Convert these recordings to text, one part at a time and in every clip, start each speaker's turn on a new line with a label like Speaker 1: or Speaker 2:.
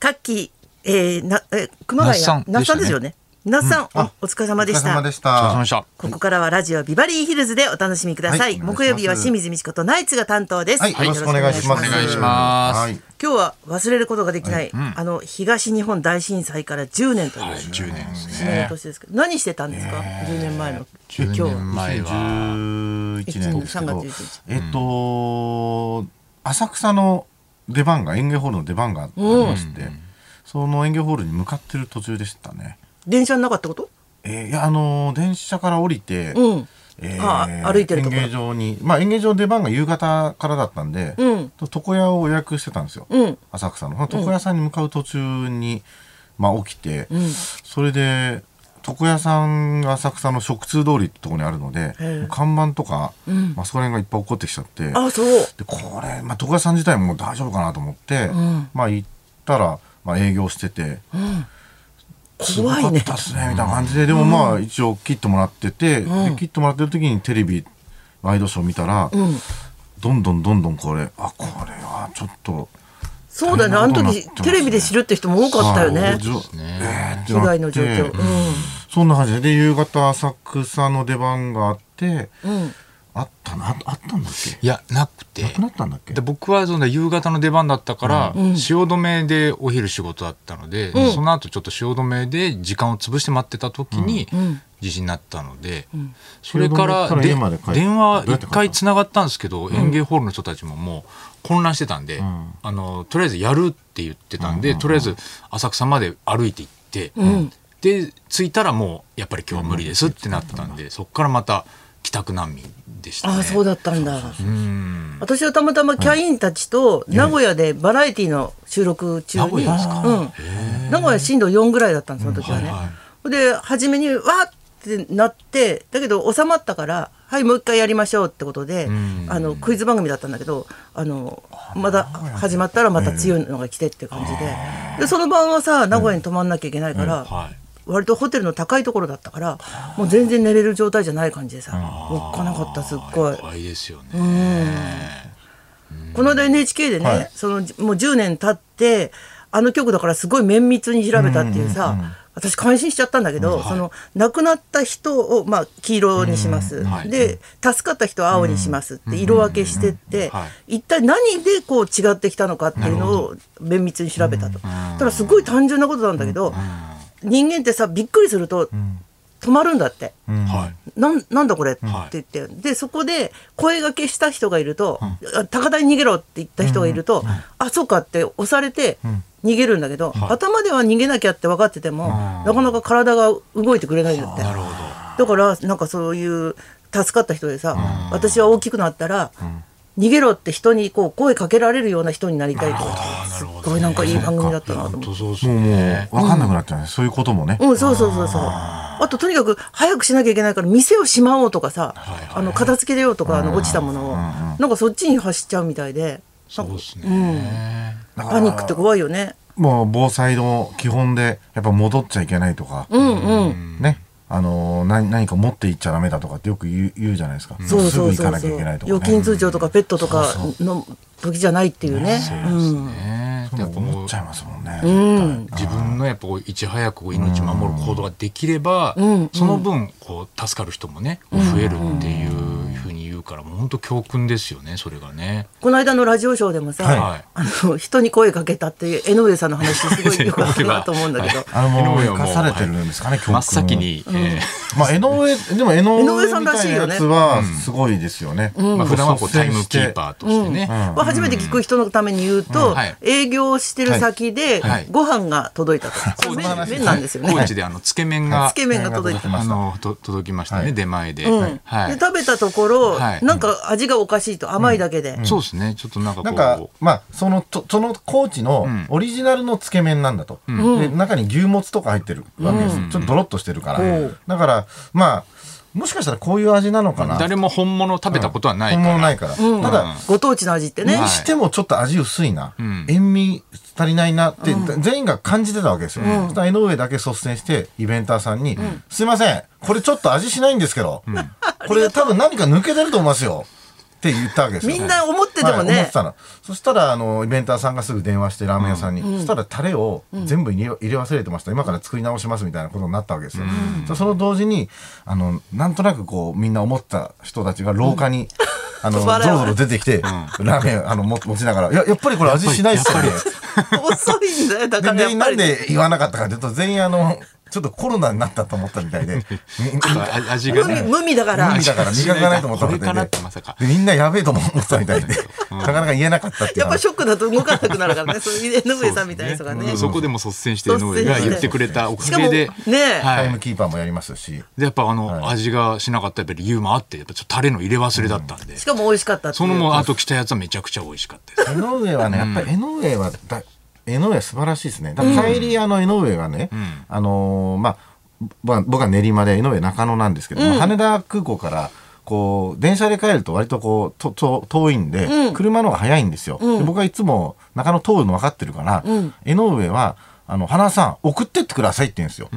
Speaker 1: 夏季、えー、な、えー、熊谷
Speaker 2: 那須さん
Speaker 1: 那須さんですよね。那須さん、
Speaker 2: うん
Speaker 1: おお疲れ様でし
Speaker 3: お疲れ
Speaker 1: た
Speaker 3: 様。でし
Speaker 2: お疲れ様
Speaker 3: た
Speaker 2: で。した。
Speaker 1: ここからはラジオビバリーヒルズでお楽しみください。
Speaker 3: はい
Speaker 1: 木曜日は清水美智子とナイツが担当です。
Speaker 3: はい、よろしくお願いします。
Speaker 2: お願いします
Speaker 3: はい。
Speaker 1: 今日は忘れることができない、あの東日本大震災から10年という
Speaker 2: 10年です
Speaker 1: 節目の
Speaker 2: ね。
Speaker 1: 年ですけど、何してたんですか、10年前の今日
Speaker 2: 10年前は。
Speaker 3: 11年ですけ
Speaker 1: 3
Speaker 3: ど
Speaker 1: 月11、
Speaker 3: えっと、浅草の出番が、演芸ホールの出番がありまして、その演芸ホールに向かってる途中でしたね。
Speaker 1: 電車の中ってこと
Speaker 3: えーいや、あのー電車から降りて、
Speaker 1: うん
Speaker 3: え
Speaker 1: あ歩いてるところ
Speaker 3: 演芸場に、まあ演芸場出番が夕方からだったんで、
Speaker 1: うん
Speaker 3: 床屋を予約してたんですよ。
Speaker 1: うん
Speaker 3: 浅草のその床屋さんに向かう途中に、まあ、起きて、それで床屋さんが浅草の食通通りってとこにあるの
Speaker 1: へ
Speaker 3: で
Speaker 1: え
Speaker 3: 看板とか、まあ、そこら辺がいっぱい落っこってきちゃってで
Speaker 1: あそう
Speaker 3: これ、まあ、床屋さん自体も大丈夫かなと思って、まあ、行ったら、まあ、営業してて。すご
Speaker 1: 怖
Speaker 3: か
Speaker 1: い
Speaker 3: っ
Speaker 1: ね
Speaker 3: たっすねみたいな感じで、でもまあ一応切ってもらってて、で切ってもらってる時にテレビワイドショー見たら、どんどんどんどんこれあこれはちょっと
Speaker 1: そうだねあの
Speaker 3: 大変なことになって
Speaker 1: 時
Speaker 3: ますね
Speaker 1: テレビで知るって人も多かったよね
Speaker 3: はいおじえーって
Speaker 1: 被
Speaker 3: なって
Speaker 1: 害の状況、
Speaker 3: そんな感じでで夕方浅草の出番があって、
Speaker 1: うんうん
Speaker 3: あったなああったんだっけ
Speaker 2: いや、なくて
Speaker 3: な。くなったんだっけ
Speaker 2: で僕はその夕方の出番だったから、汐留でお昼仕事だったので、その後ちょっと汐留で時間を潰して待ってた時に地震になったので、それから
Speaker 3: 汐留から
Speaker 2: で
Speaker 3: 家まで帰って
Speaker 2: 電話
Speaker 3: どうやっ
Speaker 2: 一
Speaker 3: て帰ったの
Speaker 2: 回つながったんですけど、園芸ホールの人たちももう混乱してたんで、
Speaker 3: ん
Speaker 2: あのとりあえずやるって言ってたんで、とりあえず浅草まで歩いて行って、で着いたらもうやっぱり今日は無理ですってなってたんで、そこからまた帰宅難民でしたね。
Speaker 1: ああそうだったんだ
Speaker 2: うん
Speaker 1: 私はたまたまキャインたちと名古屋でバラエティの収録中に、
Speaker 2: 名古屋ですか
Speaker 1: うん、名古屋震度4ぐらいだったんですその時はね、
Speaker 2: うんはい
Speaker 1: で初めにわーってなってだけど収まったからはいもう一回やりましょうってことで、
Speaker 2: ん
Speaker 1: あのクイズ番組だったんだけどあのまだ始まったらまた強いのが来てっていう感じで,、でその晩はさ名古屋に泊まんなきゃいけないから、
Speaker 2: はい
Speaker 1: 割とホテルの高いところだったからもう全然寝れる状態じゃない感じでさおっかなかったすっごい。
Speaker 2: 怖いですよね。
Speaker 1: この間 NHK でね、
Speaker 3: はい
Speaker 1: そのもう10年経ってあの局だからすごい綿密に調べたっていうさ、私感心しちゃったんだけど、その亡くなった人を、まあ、黄色にします、
Speaker 2: はい
Speaker 1: で助かった人を青にしますって色分けしてって、
Speaker 2: うんうんうんはい
Speaker 1: 一体何でこう違ってきたのかっていうのを綿密に調べたと。ただすごい単純なことなんだけど、人間ってさびっくりすると止まるんだって。
Speaker 2: はい。
Speaker 1: なんなんだこれって
Speaker 2: はい
Speaker 1: 言って、でそこで声がけした人がいると、あ高台に逃げろって言った人がいると、あそうかって押されて逃げるんだけど、頭では逃げなきゃって分かってても、なかなか体が動いてくれないんだって。
Speaker 2: なるほ
Speaker 1: だ
Speaker 2: ど。
Speaker 1: からなんかそういう助かった人でさ、私は大きくなったら、逃げろって人にこう声かけられるような人になりたいとかすっごいなんかいい番組だったなと思って
Speaker 2: 本当そうです
Speaker 3: もうもう
Speaker 2: ね。
Speaker 3: 分かんなくなっちゃうね、そういうこともね、
Speaker 1: うん、そうそうそうそう。あととにかく早くしなきゃいけないから店をしまおうとかさ、
Speaker 2: はいはいはい
Speaker 1: あの片付けようとかあの落ちたものを、なんかそっちに走っちゃうみたいで、
Speaker 2: そうですね。
Speaker 3: だから
Speaker 1: パニックって怖いよね。
Speaker 3: もう防災の基本でやっぱ戻っちゃいけないとか、
Speaker 1: うんうん。
Speaker 3: ねあのーな何か持っていっちゃダメだとかってよく言う言うじゃないですか、
Speaker 1: そう
Speaker 3: す
Speaker 1: そ
Speaker 3: ぐ
Speaker 1: う
Speaker 3: 行
Speaker 1: そ
Speaker 3: か
Speaker 1: う
Speaker 3: なき
Speaker 1: そ
Speaker 3: ゃ
Speaker 1: う
Speaker 3: いけないとか、
Speaker 1: 預
Speaker 3: ね、
Speaker 1: 金通帳とかペットとかの時じゃないっていうね。うん。
Speaker 2: ね
Speaker 3: そう
Speaker 2: や
Speaker 3: いう
Speaker 2: っ
Speaker 3: の
Speaker 2: ぱ
Speaker 3: 思
Speaker 2: も
Speaker 3: っ
Speaker 2: う
Speaker 3: ちゃいますもんね、
Speaker 1: うん。
Speaker 2: 自分のやっぱこういち早くこう命を守る行動ができれば、その分こう助かる人もねこう増えるっていうふうに言うから、もう本当教訓ですよね。それがね。
Speaker 1: この間のラジオショーでもさ、
Speaker 2: はい
Speaker 1: あの人に声かけたっていう江上さんの話すごいよかったなと思うんだけど
Speaker 2: は、い
Speaker 3: あのもう
Speaker 2: 井上
Speaker 3: 生
Speaker 2: は
Speaker 3: か
Speaker 2: もう
Speaker 3: されてるんですかね、教訓
Speaker 2: 真
Speaker 3: を
Speaker 2: っ先に、え
Speaker 3: まあ江上でも江上
Speaker 1: 江上さん
Speaker 3: み
Speaker 1: ら
Speaker 3: た
Speaker 1: しい
Speaker 3: いな
Speaker 1: よ
Speaker 3: や
Speaker 1: ね
Speaker 3: つはすごいですよね、
Speaker 2: ーまあ普段はこう
Speaker 3: 率
Speaker 2: タイ
Speaker 3: 先
Speaker 2: ム
Speaker 3: し
Speaker 2: キ
Speaker 3: て
Speaker 2: ーパーとしてね。
Speaker 1: これ初めて聞く人のために言うと、
Speaker 2: んはい
Speaker 1: 営業してる先で
Speaker 2: はい
Speaker 1: ご飯が届いたと、これ
Speaker 3: うそんな話
Speaker 1: 麺麺なんですよね、
Speaker 2: 高知であのつけ麺が
Speaker 1: つけ麺が届いた、
Speaker 3: は
Speaker 2: あのと届きましたね、
Speaker 3: はい
Speaker 2: 出前で。
Speaker 1: うん
Speaker 2: はい
Speaker 1: で。食べたところ、
Speaker 2: はい
Speaker 1: なんか味がおかしいと甘いだけで、
Speaker 2: そうですね。ちょっとなんかこ
Speaker 3: な
Speaker 2: う。
Speaker 3: んかまあそのとその高知の
Speaker 2: ん
Speaker 3: オリジナルのつけ麺なんだと、で中に牛もつとか入ってるわけです、ちょっとドロッとしてるから、
Speaker 1: うん
Speaker 3: だからまあもしかしたらこういう味なのかな
Speaker 2: 誰も本物を食べたことはないか
Speaker 3: 本
Speaker 2: ら、
Speaker 3: 物ないから、ただ、
Speaker 1: ご当地の味ってね、
Speaker 2: はい
Speaker 3: にしてもちょっと味薄いな、
Speaker 2: ん
Speaker 3: 塩味足りないなって、全員が感じてたわけですよ、そしたら江上だけ率先してイベンターさんに「すいませんこれちょっと味しないんですけど、これ多分何か抜けてると思いますよ」って言ったわけですよ
Speaker 1: みんな思っててもね
Speaker 3: はい思ってたのそしたらあのイベンターさんがすぐ電話してラーメン屋さんに、そしたらタレを全部入れ入れ忘れてました今から作り直しますみたいなことになったわけですよ、そその同時にあのなんとなくこうみんな思った人たちが廊下に、あの、ぞ
Speaker 1: 笑う
Speaker 3: ろぞろ出てきて、ラーメン、あの、も持ちながら、いや、やっぱりこれ味しないっすよね。
Speaker 1: 遅いんだよだか
Speaker 3: で
Speaker 1: らや
Speaker 3: 全
Speaker 1: っ
Speaker 3: 員
Speaker 1: ぱ
Speaker 3: なん
Speaker 1: り、ね、
Speaker 3: で言わなかったかというと全員あのちょっとコロナになったと思ったみたいでみんな
Speaker 2: あ味
Speaker 1: 無
Speaker 2: が
Speaker 1: 味
Speaker 2: ね
Speaker 1: 無味だから
Speaker 3: 無味だから味覚がないと思ったみ
Speaker 2: これかなっ
Speaker 3: たいで
Speaker 2: てまさか
Speaker 3: でみんなやべえと思ってたみたいでなかなか言えなかったっていう
Speaker 1: やっ
Speaker 3: の
Speaker 1: ぱ
Speaker 3: は
Speaker 1: りショックだと動かなくなるからねそういう江上さんみたいな人がね
Speaker 2: うんそこでも率先して江上が言ってくれたお
Speaker 1: し
Speaker 2: か
Speaker 1: かも
Speaker 2: げで
Speaker 1: ね、
Speaker 2: は
Speaker 3: タイ
Speaker 2: い
Speaker 3: ムキーパーもやりますし
Speaker 2: でやっぱあの、
Speaker 3: はい
Speaker 2: 味がしなかったやっぱ理由もあってやっぱちょっとタレの入れ忘れだったんで、
Speaker 1: しかも美味しかったってい
Speaker 2: そうのもうあと来たやつはめちゃくちゃ美味しか ったです
Speaker 3: 江上はねやっぱり江上はだ江上素晴らしいですねだから帰りあの江上がね、あのーまあぼ僕は練馬で江上中野なんですけど、も羽田空港からこう電車で帰ると割とこうとと遠いんで、車の方が早いんですよ、で僕はいつも中野通るの分かってるから、江上はあの花さん送ってってくださいって言うんですよ、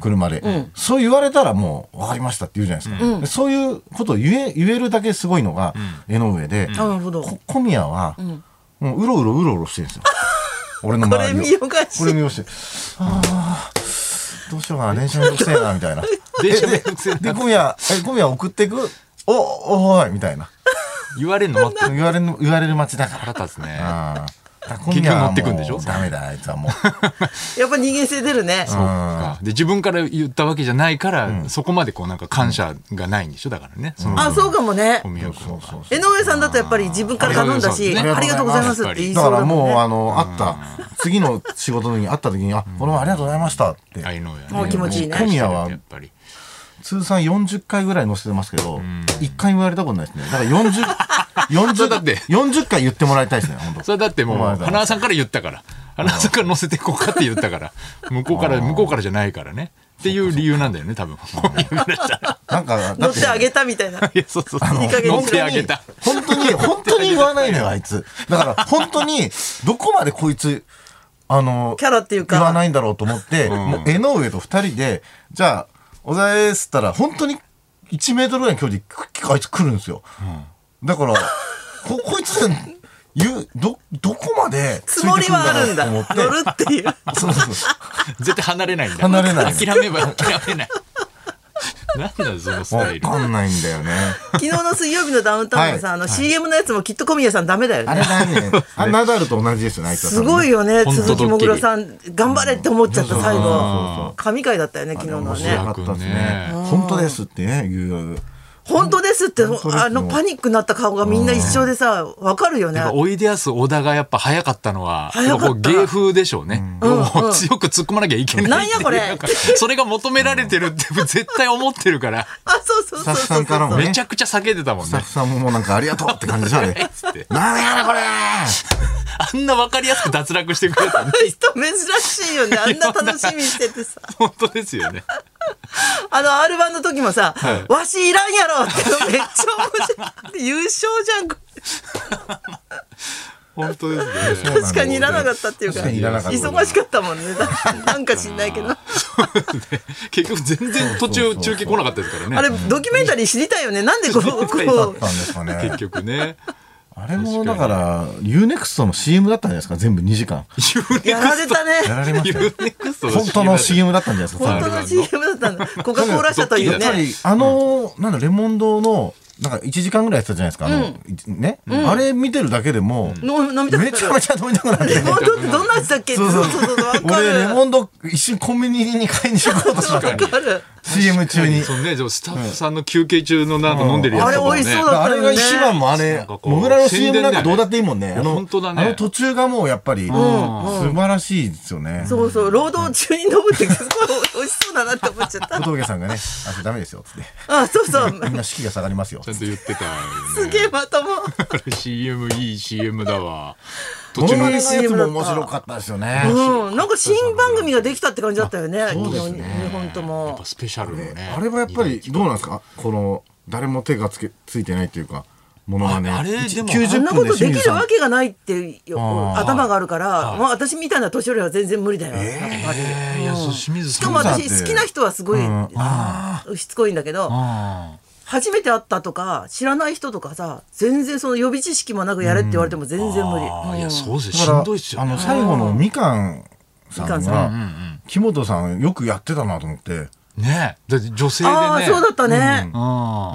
Speaker 3: 車で、そう言われたらもう分かりましたって言うじゃないですか、でそういうことを言え言えるだけすごいのが江上で、
Speaker 1: あなるほど
Speaker 3: こ小宮は、もううろうろうろうろしてるんですよ俺の
Speaker 1: これ
Speaker 3: 周りを
Speaker 1: 見よがし
Speaker 3: これ見ようしてああどうしようかな電車めんどくせえなみたいな
Speaker 2: 電車めんどくせえ
Speaker 3: で小宮え小宮送ってくおおおいみたいな
Speaker 2: 言われるの全く
Speaker 3: 言われる言われる街だ から
Speaker 2: 腹立つね
Speaker 3: ああだから
Speaker 2: 結
Speaker 3: 小宮
Speaker 2: 局
Speaker 3: は
Speaker 2: 持
Speaker 3: もう
Speaker 2: ってくんでしょ
Speaker 3: ダメだあいつはもう
Speaker 1: やっぱ人間性出るね
Speaker 2: そうかで自分から言ったわけじゃないから、そこまでこうなんか感謝がないんでしょだからねその
Speaker 1: あそうかもね
Speaker 2: 小宮
Speaker 3: そ
Speaker 2: 君
Speaker 3: うそうそう
Speaker 1: 江上さんだとやっぱり自分から頼んだし
Speaker 2: あ
Speaker 1: あり
Speaker 3: り
Speaker 1: がとう
Speaker 3: がとう
Speaker 1: ご
Speaker 3: ご
Speaker 1: ざ
Speaker 3: ざ
Speaker 1: い
Speaker 3: い
Speaker 1: ま
Speaker 3: ます
Speaker 2: す
Speaker 1: って言い
Speaker 3: だ
Speaker 1: そ
Speaker 3: か
Speaker 1: うだ
Speaker 3: ら
Speaker 1: もん
Speaker 3: もう
Speaker 1: ね
Speaker 3: あの会った次の仕事の時に会った時にあこの前ありがとうございましたって
Speaker 2: あいのや、
Speaker 1: もう気持ちいいね
Speaker 3: 小宮は
Speaker 2: やっぱり
Speaker 3: 通算40回ぐらい載せてますけど、一回も言われたことないですね。だから40、
Speaker 2: それだって
Speaker 3: 40、40回言ってもらいたいですね、本
Speaker 2: それだってもう
Speaker 3: お前だ
Speaker 2: 花輪さんから言ったから花輪さんから乗せていこうかって言った から向こうから向こうからじゃないからねっていう理由なんだよね多分小宮 からしたら
Speaker 3: 当。なんか、
Speaker 1: 乗ってあげ
Speaker 3: て。
Speaker 1: たみたい ない
Speaker 2: やそうそうそう
Speaker 1: いい加減にし
Speaker 2: 乗
Speaker 1: ろ
Speaker 2: ってあげた
Speaker 3: 本当に、本当に言わないのよ、あいつ。だから、本当に、どこまでこいつ、あの、
Speaker 1: キャラっていうか
Speaker 3: 言わないんだろうと思って、もう、江上と二人で、じゃあ、おざえすったら、本当に1メートルぐらいの距離で、くあいつ来るんですよ。だから、こ、こいつ、言う、ど、どこまでつい
Speaker 1: つも
Speaker 3: て
Speaker 1: り
Speaker 3: くん
Speaker 1: はあるん
Speaker 3: だ
Speaker 1: だ
Speaker 3: ろ
Speaker 1: 乗
Speaker 3: うと思っ
Speaker 1: る。
Speaker 3: て
Speaker 1: っていう
Speaker 3: そうそうそう。
Speaker 2: 絶対離れないんだ
Speaker 3: 離れない
Speaker 2: 諦め ば諦めないなんだよそのスタ
Speaker 3: わ
Speaker 2: イル
Speaker 3: かんないんだよね。
Speaker 1: 昨日の水曜日のダウンタウンのさ
Speaker 3: はい
Speaker 1: あの CM のやつもきっと小宮さんダメだよ
Speaker 3: あ
Speaker 1: ね
Speaker 3: れだね。あナダルと同じですよね、あいつは
Speaker 1: すごいよね
Speaker 2: 本当
Speaker 1: 鈴木
Speaker 2: ド
Speaker 1: もぐ
Speaker 2: ッキリ
Speaker 1: ろさん頑張れって思っちゃった最
Speaker 3: そうそう
Speaker 1: 後神回だったよね昨日の
Speaker 3: 面
Speaker 1: は
Speaker 3: 白
Speaker 1: ね
Speaker 3: かったです
Speaker 2: ね
Speaker 3: ね。本当ですってね、いう。
Speaker 1: 本当ですって
Speaker 3: 当ですよ
Speaker 1: あのパニックになった顔がみんな一緒でさわかるよね
Speaker 2: やっぱおいでやす小田がやっぱ早かったのは、
Speaker 1: 早かった
Speaker 2: やっぱこう芸風でしょうね。もう強く突っ込まなきゃいけないっていう。
Speaker 1: なんやこれ
Speaker 2: かそれが求められてるって絶対思ってるから、
Speaker 1: あそうそうそう
Speaker 3: ス
Speaker 1: そ
Speaker 3: タッフさ
Speaker 1: うん
Speaker 3: か
Speaker 1: そ
Speaker 3: らも
Speaker 1: う
Speaker 3: ね
Speaker 2: めちゃくちゃ避けてたもん
Speaker 3: スタッ
Speaker 2: ね。
Speaker 3: フさんももうなんかありがとうって感じだね。
Speaker 2: つって
Speaker 3: なんやねんこれ
Speaker 2: あんなわかりやすく脱落してくれたね。
Speaker 1: 人珍しいよねあんな楽しみにしててさ
Speaker 2: 本当ですよね。
Speaker 1: あの R1 の時もさ「わしいらんやろ!」ってめっちゃ面白い優勝じゃんこれ
Speaker 2: 本当ですね。
Speaker 1: 確かにいらなかったっていうか
Speaker 3: 確かにいらなかった
Speaker 1: 忙しかったもんねだなんか知んないけど
Speaker 2: 結局全然途中中継来なかったですからね。
Speaker 1: あれドキュメンタリー知りたいよねなん でこうこう
Speaker 3: なんですか
Speaker 2: 結
Speaker 3: ね。
Speaker 2: 局ね。
Speaker 3: あれもだから、UNEXT の CM だったんじゃないですか、全部2時間。
Speaker 2: ユーネクスト
Speaker 1: やられた
Speaker 3: やら
Speaker 1: ね
Speaker 3: れましたよ。
Speaker 2: ユーネクスト
Speaker 3: 本当の CM だったんじゃないですか、
Speaker 1: 本
Speaker 3: 多
Speaker 1: 当
Speaker 3: 分
Speaker 1: の CM だったんだコカ・コーラ社という
Speaker 3: やっぱ
Speaker 1: ね
Speaker 3: り、あの、なんだ、レモン堂の、なんか1時間ぐらいやってたじゃないですか、あの、ね。あれ見てるだけでも、
Speaker 1: の飲みたくな
Speaker 3: め
Speaker 1: る
Speaker 3: ちゃめちゃ飲みたくなる。
Speaker 1: レモンドってどんな味だっけそうそうそうそうわか
Speaker 3: 俺、レ
Speaker 1: る
Speaker 3: モンド、一瞬コンビニに買いに行こうとした
Speaker 2: 確
Speaker 3: の
Speaker 2: か
Speaker 1: わ
Speaker 2: に。
Speaker 1: かる
Speaker 3: CM 中に。
Speaker 2: そうね、でもスタッフさんの休憩中のなんか飲んでるやつとかも
Speaker 1: あ
Speaker 2: ね。
Speaker 1: れ美味しそうだ
Speaker 3: あれが一番もあ
Speaker 2: な
Speaker 3: れ
Speaker 2: んか、こう
Speaker 3: モグラの CM なんかどうだっていいもん
Speaker 2: だ
Speaker 3: ね。あ
Speaker 2: よね
Speaker 3: の、
Speaker 2: 本当だね
Speaker 3: あの途中がもうやっぱり、素晴らしいですよね。
Speaker 1: そうそう労働中に飲むってすごい美味しそうだなって思っちゃった
Speaker 3: 小峠さんがね、あ、それダメですよ、つって。
Speaker 1: あそうそう
Speaker 3: みんな士気が下がりますよ
Speaker 2: ちゃ。んと言って たよね。
Speaker 1: すげえまとも
Speaker 2: これ CM いい CM だわ。 途
Speaker 3: 途
Speaker 2: 中
Speaker 3: 中
Speaker 2: の
Speaker 3: の
Speaker 2: ね
Speaker 3: や
Speaker 1: す
Speaker 3: つも面白かったですよね。
Speaker 1: うん、なんか新番組ができたって感じだったよね、
Speaker 3: そうですね
Speaker 1: 日本と
Speaker 2: やっ
Speaker 1: も
Speaker 2: ぱ。スペシャルのね。
Speaker 3: あれはやっぱり、どうなんですかこの、誰も手がつけ、ついてないっていうか、ものがね。
Speaker 2: ああれ
Speaker 3: 一
Speaker 2: でも
Speaker 1: そんな
Speaker 3: 90
Speaker 1: こ
Speaker 3: 分で
Speaker 1: とで
Speaker 3: 清
Speaker 1: き
Speaker 3: 水
Speaker 1: る
Speaker 3: さん
Speaker 1: わ。けがないってよ
Speaker 3: あー
Speaker 1: 頭があるから、まあ、私みたいな年寄りは全然無理だよ、やっぱり
Speaker 2: えーいやそう清水
Speaker 1: しか
Speaker 2: さん
Speaker 1: も
Speaker 2: も
Speaker 3: だって
Speaker 1: 私好きな人はすごい、
Speaker 3: うん
Speaker 1: あのしつこいんだけど
Speaker 2: あ
Speaker 1: 初めて会ったとか知らない人とかさ全然その予備知識もなくやれって言われても全然無理、
Speaker 2: あ
Speaker 1: う
Speaker 2: ー
Speaker 1: ん
Speaker 2: いやそうですよ
Speaker 3: だ
Speaker 2: し
Speaker 3: から
Speaker 2: んどいっすよ
Speaker 3: あ
Speaker 2: ね
Speaker 3: の最後のみかんさ
Speaker 1: みか
Speaker 3: ん
Speaker 1: んさ
Speaker 3: が
Speaker 1: ん
Speaker 2: うんうん
Speaker 3: 木本さんよくやってたなと思って
Speaker 2: ねえだって女性でね
Speaker 1: ああそうだったね、
Speaker 2: うん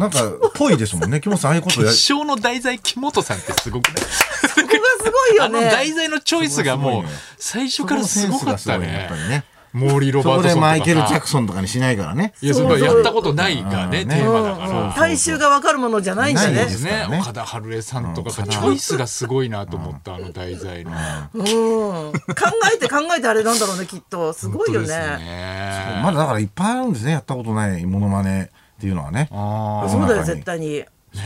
Speaker 3: なんかぽいですもんね木本さんああいうことや
Speaker 2: 一生の題材木本さんってすごくない
Speaker 1: そこがすごい
Speaker 2: あ
Speaker 1: よ
Speaker 2: の
Speaker 1: ね
Speaker 2: 題材のチョイスがもう
Speaker 3: そこがすごいの
Speaker 2: 最
Speaker 3: よ
Speaker 2: 初からすごかったね
Speaker 3: そこのセンスがすごいねやっ
Speaker 2: モーリー・ロ
Speaker 3: そ
Speaker 2: バ
Speaker 3: こ
Speaker 2: ートソンとか
Speaker 3: でマイケル・ジ
Speaker 2: さ
Speaker 3: ャクソンとかにしないからね
Speaker 2: いやそれはやったことないがね
Speaker 3: うん
Speaker 2: テーマだ
Speaker 1: うんうん
Speaker 2: か
Speaker 1: 大衆がわかるものじゃないんだ
Speaker 3: ない
Speaker 1: ね
Speaker 2: ら
Speaker 3: で
Speaker 2: です
Speaker 3: す
Speaker 2: ね
Speaker 3: からね
Speaker 2: 岡田春江さんとかさ
Speaker 3: うん
Speaker 2: チョイスがすごいなと思ったあの題材の
Speaker 1: う
Speaker 2: 本
Speaker 1: ん、考えて考えてあれなんだろうねきっとすごい
Speaker 2: 当
Speaker 1: よ
Speaker 2: です
Speaker 1: ね
Speaker 2: ね
Speaker 3: まだだからいっぱいあるんですねやったことないモノマネっていうのはね
Speaker 2: あ
Speaker 1: そうだ
Speaker 3: 中
Speaker 1: よ
Speaker 3: に
Speaker 1: 絶対に、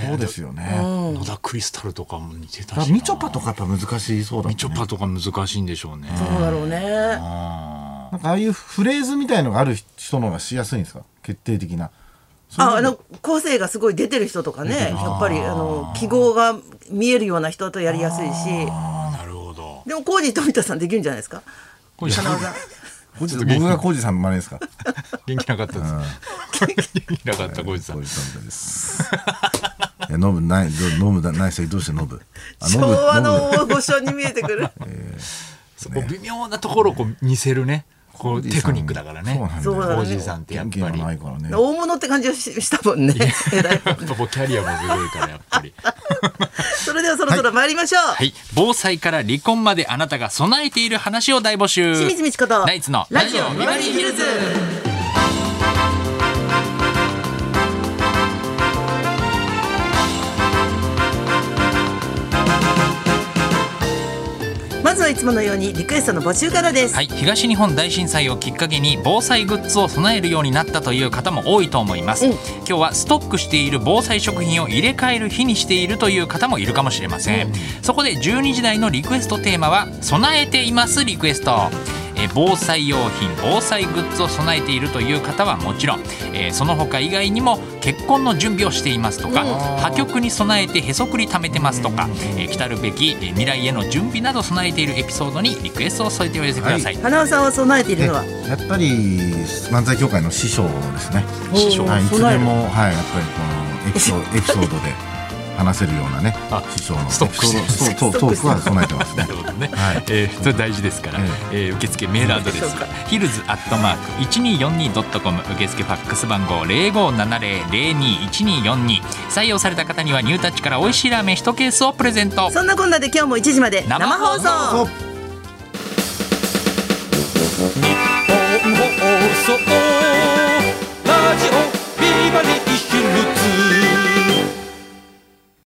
Speaker 3: そうですよね
Speaker 1: う
Speaker 3: だか
Speaker 2: ー
Speaker 1: ん、
Speaker 2: 野田クリスタルとかも似てた
Speaker 3: ら
Speaker 2: しな
Speaker 3: みちょぱとかやっぱ難しいそうだもん
Speaker 2: み
Speaker 3: ね
Speaker 2: ちょぱとか難しいんでしょうね
Speaker 1: そうだろうね
Speaker 2: あ
Speaker 3: なんかああいうフレーズみたいのがある人の方がしやすいんですか決定的なそういう
Speaker 1: ああの個性がすごい出てる人とかねやっぱりあの記号が見えるような人だとやりやすいし
Speaker 2: ーなるほど
Speaker 1: でもコージー富田さんできるんじゃないですか
Speaker 2: これちょっと
Speaker 1: 必ず
Speaker 3: 僕が浩二さんの真似ですか
Speaker 2: 元気なかったです 元気なかったこいつさん
Speaker 3: 浩二さんですいやノブないどノブだない人どうしてノブあ
Speaker 1: 昭
Speaker 3: ノブ
Speaker 1: 和の
Speaker 3: ノ
Speaker 1: 大御所に 見えてくる
Speaker 2: そこ微妙なところをこう似せるねこうテクニックだからね
Speaker 3: そうなん
Speaker 1: だよ
Speaker 2: コージーさんってやっ
Speaker 3: ブ
Speaker 2: ぱ
Speaker 3: 元
Speaker 2: り
Speaker 3: 気が
Speaker 2: やっ
Speaker 3: ないからね
Speaker 1: 大物って感じがししたもんねえらい
Speaker 2: ぱこうキャリアもすごいからやっぱ り
Speaker 1: それではそろそろ参りましょう、
Speaker 2: はい防災から離婚まであなたが備えている話を大募集
Speaker 1: 清水美智子と
Speaker 2: ナイツの
Speaker 1: ラジオビバリーヒルズまずはいつものようにリクエストの募集からです、
Speaker 2: はい、東日本大震災をきっかけに防災グッズを備えるようになったという方も多いと思います、
Speaker 1: うん
Speaker 2: 今日はストックしている防災食品を入れ替える日にしているという方もいるかもしれません、そこで12時台のリクエストテーマは「備えていますリクエスト」えー防災用品防災グッズを備えているという方はもちろん、えーその他以外にも結婚の準備をしていますとか、破局に備えてへそくり貯めてますとか、えー来たるべきえー未来への準備など備えているエピソードにリクエストを添えてお寄せください
Speaker 1: 花輪さんは備えているのは
Speaker 3: やっぱり漫才協会の師匠ですね
Speaker 1: 師匠
Speaker 3: はい、いつ
Speaker 1: 備え
Speaker 3: で
Speaker 1: る
Speaker 3: も、はい、やっぱりこのエピソー ドエピソードで話せるようなね
Speaker 2: あ
Speaker 3: 師匠のエピ
Speaker 2: ス
Speaker 3: ソ
Speaker 2: トックしてる
Speaker 3: ードトートークは備えてます ね
Speaker 2: なるほどね、
Speaker 3: はい
Speaker 2: えーそれ大事ですから、
Speaker 3: え
Speaker 2: えー受付メールアドレ
Speaker 1: そう
Speaker 2: ス
Speaker 1: か
Speaker 2: ヒルズアットマーク 1242.com 受付ファックス番号0570021242採用された方にはニュータッチから美味しいラーメン1ケースをプレゼント
Speaker 1: そんなこんなで今日も1時まで生放
Speaker 2: 生放
Speaker 1: 送
Speaker 3: そう
Speaker 4: 日本放送ラジオビバリー